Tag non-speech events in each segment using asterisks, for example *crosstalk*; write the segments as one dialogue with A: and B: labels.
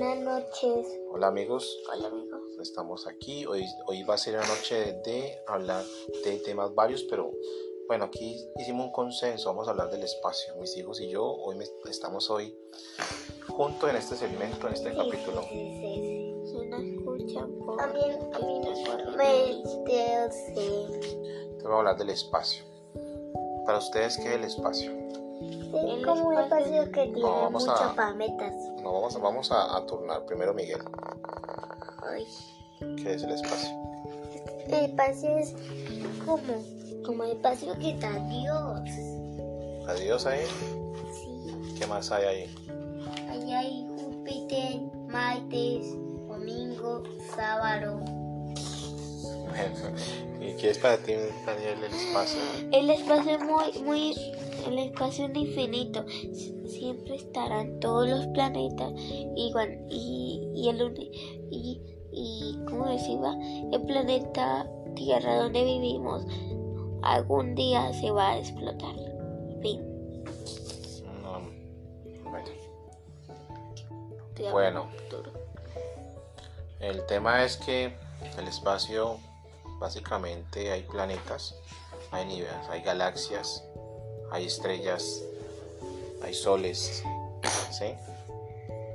A: noches.
B: Hola amigos,
A: Hola, amigo.
B: estamos aquí. Hoy, hoy va a ser la noche de hablar de temas varios, pero bueno, aquí hicimos un consenso. Vamos a hablar del espacio. Mis hijos y yo hoy me- estamos hoy juntos en este segmento, en este capítulo.
A: Se nos escucha por También por Mails
B: Te voy a hablar del espacio. Para ustedes, ¿qué es el espacio?
A: Es como un espacio que tiene
B: vamos a-
A: muchas facetas.
B: No, vamos, a- vamos a, a turnar. Primero Miguel,
A: Ay.
B: ¿qué es el espacio?
A: El espacio es como, como el espacio que da Dios.
B: Adiós ahí.
A: Sí.
B: ¿Qué más hay ahí? *laughs*
A: Allá hay Júpiter, Marte, Domingo, Sábado.
B: ¿Y qué es para ti, Daniel, el espacio?
A: El espacio es muy, muy, el espacio es infinito. Sie- Siempre estarán todos los planetas igual y, y el uni- y, y como decía, el planeta Tierra donde vivimos algún día se va a explotar. Fin.
B: No, bueno.
A: Te amo,
B: Bueno.
A: futuro.
B: El tema es que el espacio, básicamente hay planetas, hay niveles, hay galaxias, hay estrellas, hay soles, ¿sí?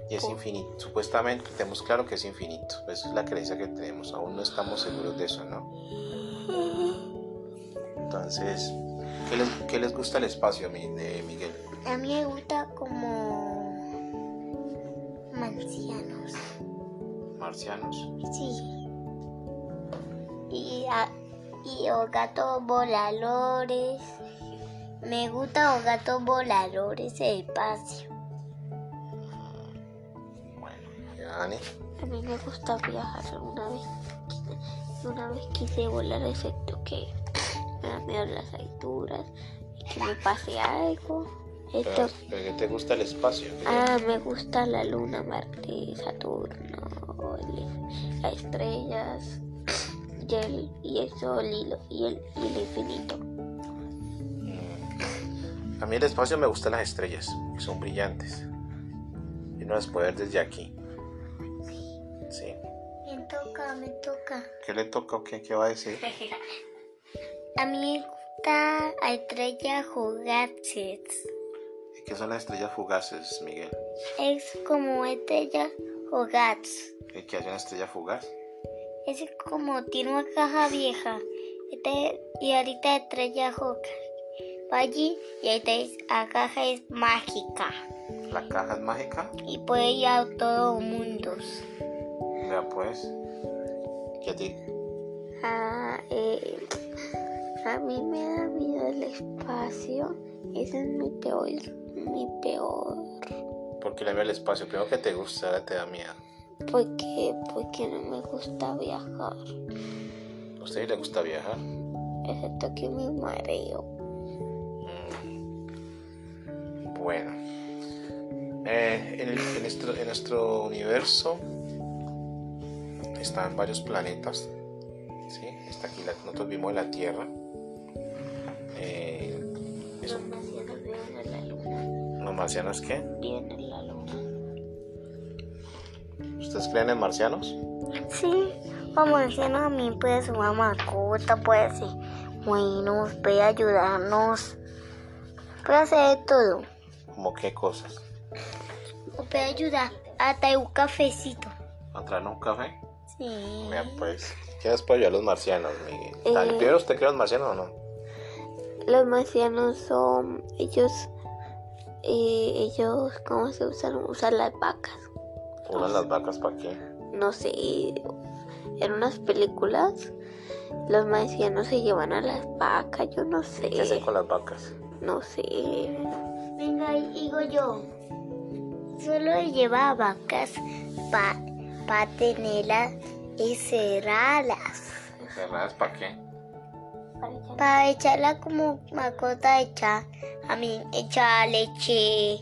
B: Y es
A: Por-
B: infinito. Supuestamente tenemos claro que es infinito. Esa es la creencia que tenemos. Aún no estamos seguros de eso, ¿no? Entonces, ¿qué les, qué les gusta el espacio, mi- de Miguel?
A: A mí me gusta como marcianos.
B: Marcianos.
A: Sí. Y, a- y los gatos voladores. Me gustan los gatos voladores de espacio.
B: Bueno, ya, Dani.
A: A mí me gusta viajar. Una vez, una vez quise volar, excepto que me da miedo las alturas y que me pase algo.
B: Pero,
A: Esto,
B: pero ¿qué te gusta el espacio? ¿Qué-
A: ah, me gusta la luna, Marte, Saturno, el- las estrellas y el, y el sol y, lo- y el, y el infinito.
B: A mí el espacio me gustan las estrellas, que son brillantes. Y uno las puede ver desde aquí. Sí.
A: Me toca, me toca.
B: ¿Qué le toca o qué, qué va a decir?
A: A mí me gusta a estrella jugaches.
B: ¿Y ¿Qué son las estrellas fugaces, Miguel?
A: Es como estrella jugaches.
B: ¿Y ¿Qué hace una estrella fugaz?
A: Es como tiene una caja vieja. Este- y ahorita estrella juega. Va allí y ahorita es- la caja es mágica.
B: ¿La caja es mágica?
A: Y puede ir a todos mundos.
B: Mira pues. ¿Y a ti?
A: Ah, eh, a mí me da miedo el espacio. Ese es mi peor, mi peor
B: Porque le veo el espacio. Primero que te gusta, ahora te da miedo.
A: Porque, porque no me gusta viajar,
B: ¿A usted le gusta viajar?
A: excepto que me mareo.
B: Mm. Bueno. Eh, en, el- en nuestro, en nuestro universo están varios planetas. ¿sí? Está aquí, la- nosotros vimos la Tierra. Eh, es
A: Los
B: un-
A: marcianos viven en la luna.
B: ¿Los marcianos qué?
A: Viven en la luna.
B: ¿Ustedes creen en marcianos?
A: Sí, los marcianos a mí puede ser una mascota, puede ser buenos, puede ayudarnos, puede hacer de todo.
B: ¿Como qué cosas?
A: Puede ayudar hasta un cafecito.
B: ¿A traernos un café?
A: Sí.
B: Mira, pues, ¿qué nos puede ayudar los marcianos, Miguel?
A: Eh.
B: Dale, Primero, ¿usted cree en los marcianos o no?
A: Los marcianos son ellos, eh, ellos, ¿cómo se usan? Usan las vacas.
B: ¿Usan las vacas para qué?
A: no sé, en unas películas los marcianos se llevan a las vacas, yo no sé,
B: ¿Qué hacen con las vacas?
A: no sé. Venga, digo yo, solo lleva vacas para pa tenerlas y cerrarlas,
B: ¿Encerradas para qué?
A: para echarla como mascota hecha, a mí, hecha leche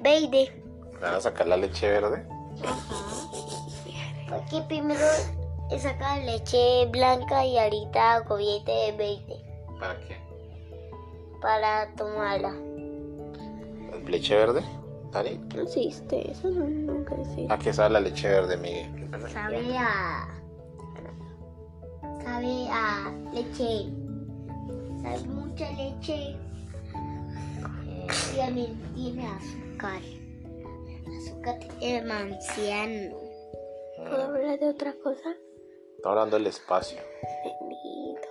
A: verde.
B: ¿Van a sacar la leche verde?
A: Porque primero sacan leche blanca y ahorita cobiete de verde.
B: ¿Para qué?
A: para tomarla.
B: ¿Leche verde? ¿Dani?
C: No existe, eso no, nunca existe.
B: Aquí sabe la leche verde, Miguel.
A: Sabe a. Sabe a leche. Sabe mucha leche. Eh, Y también tiene azúcar. Azúcar tiene manciano. Mm.
C: ¿Puedo hablar de otra cosa?
B: Está hablando del espacio.
C: Bendito.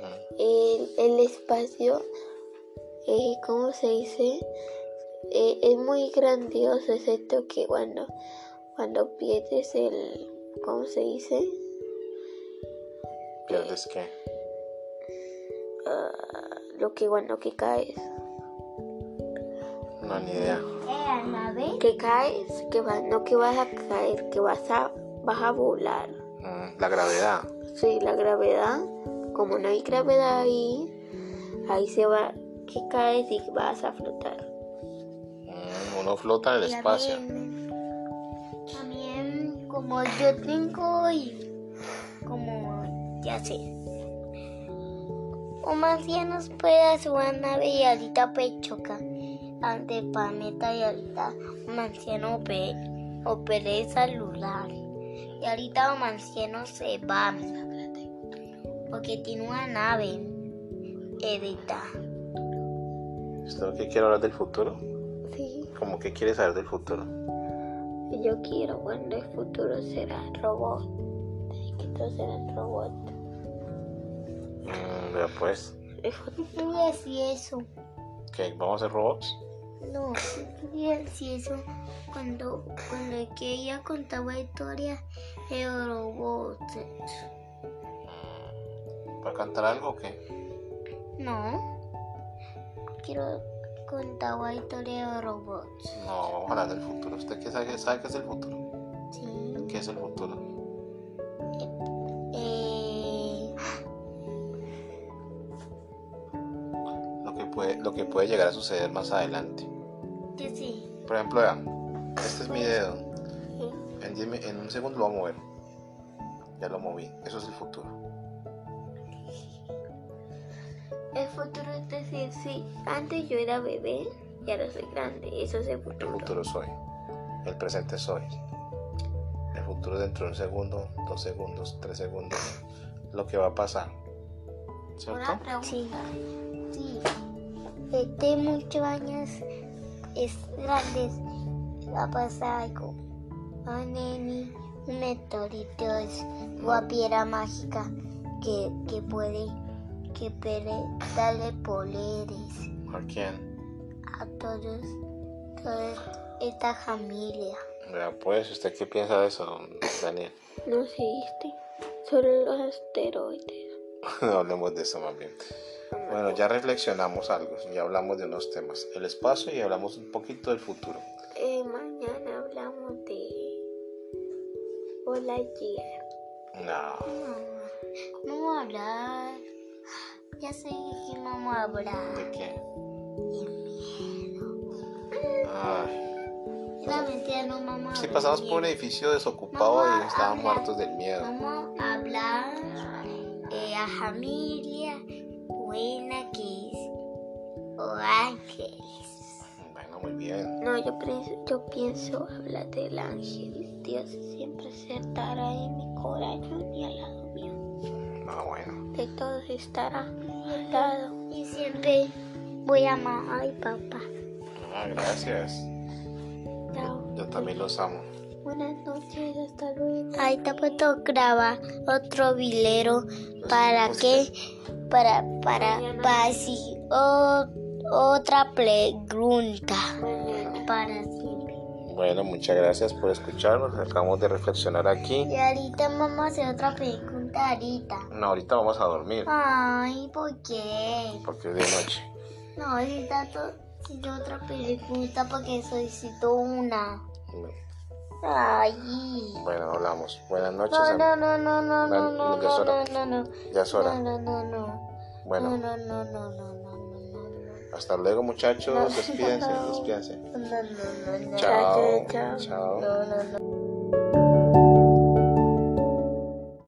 B: Mm.
C: El, el espacio, eh, ¿cómo se dice? Eh, es muy grandioso, excepto que cuando, cuando pierdes el, ¿cómo se dice?
B: ¿Pierdes qué?
C: Lo que cuando que caes.
B: No, ni idea.
A: Eh, Anabel.
C: Que caes, que vas, no que vas a caer, que vas a, vas a volar.
B: Mm, La gravedad.
C: Sí, la gravedad, como no hay gravedad ahí, ahí se va, que caes y vas a flotar.
B: Mm, Uno flota en el espacio.
A: También, también como yo tengo y como ya sé. O más bien nos puede subir a nave y ahorita pues choca ante el planeta y ahorita Manciano pe operé el celular y ahorita Manciano se va porque tiene una nave ahorita
B: ¿Usted qué quiere hablar del futuro?
C: Sí,
B: Como que quiere saber del futuro.
C: yo quiero cuando el futuro será robot. Que todo será robot.
B: Mm, Vea pues.
A: y así eso
B: ¿Qué? ¿Vamos a ser robots?
A: No, y si eso, cuando, cuando que ella contaba historia de robot.
B: ¿Va a cantar algo o qué?
A: No, quiero contaba historia de robots.
B: No, vamos a hablar del futuro. ¿Usted qué sabe, sabe qué es el futuro?
A: Sí.
B: ¿Qué es el futuro?
A: Eh,
B: Lo que puede, lo que puede llegar a suceder más adelante.
A: que sí.
B: Por ejemplo, vean, este es mi dedo. En, diez mi- en un segundo lo voy a mover. Ya lo moví. Eso es el futuro.
C: El futuro es decir, sí, antes yo era bebé y ahora soy grande, eso es el
B: El
C: futuro.
B: futuro soy. El presente soy. El futuro dentro de un segundo, dos segundos, tres segundos. Lo que va a pasar. ¿Cierto?
C: Una pregunta.
A: Sí. Sí. Desde muchos años es grande va a pasar algo. A Neni, un meteorito es una piedra mágica que, que puede que puede darle poderes
B: ¿A quién?
A: a todos toda esta familia.
B: Vea, pues, ¿usted qué piensa de eso, don Daniel? *laughs*
C: No existe, solo los asteroides.
B: No hablemos de eso más bien. Bueno, ya reflexionamos algo, ya hablamos de unos temas, el espacio y hablamos un poquito del futuro.
C: Eh, mañana hablamos de... Hola, Gia.
B: No,
A: No vamos a hablar. Ya sé de qué vamos a hablar.
B: ¿de qué? Ay,
A: Solamente no vamos a
B: si
A: hablar
B: pasamos
A: de
B: por un
A: miedo.
B: edificio desocupado y
A: Mamá,
B: estaban
A: habla.
B: muertos del miedo.
A: Vamos a hablar de la familia buena que es o ángeles.
B: Bueno, muy bien.
C: No, yo, pre- yo pienso hablar del ángel. Dios siempre estará en mi corazón y al lado mío.
B: No, bueno.
C: De todos estará al lado.
A: Y siempre voy a amar a mi papá.
B: Ah, gracias.
C: Chao.
B: Yo también los amo.
C: Buenas noches, hasta luego.
A: Ahí te puedo grabar otro vilero para
B: Música.
A: que para para para si o- otra pregunta para siempre.
B: Bueno, muchas gracias por escucharnos. Acabamos de reflexionar aquí.
A: Y ahorita mamá hace otra pregunta ahorita.
B: No, ahorita vamos a dormir
A: Ay, ¿por qué?
B: porque es de noche.
A: No, si tanto, si yo otra pregunta porque solicito una. Ay.
B: Bueno, hablamos. Buenas noches.
A: No, no, no, no, no, no, no, no,
B: Ya es
A: no,
B: hora.
A: no, no.
B: Ya es hora.
A: No, no, no, no. No,
B: Bueno.
A: no, no, no, no, no, no, no.
B: Hasta luego muchachos, despídense, despídense.
A: No, no, no, no.
B: Chao.
C: Chao.
B: Chao.
A: No, no, no.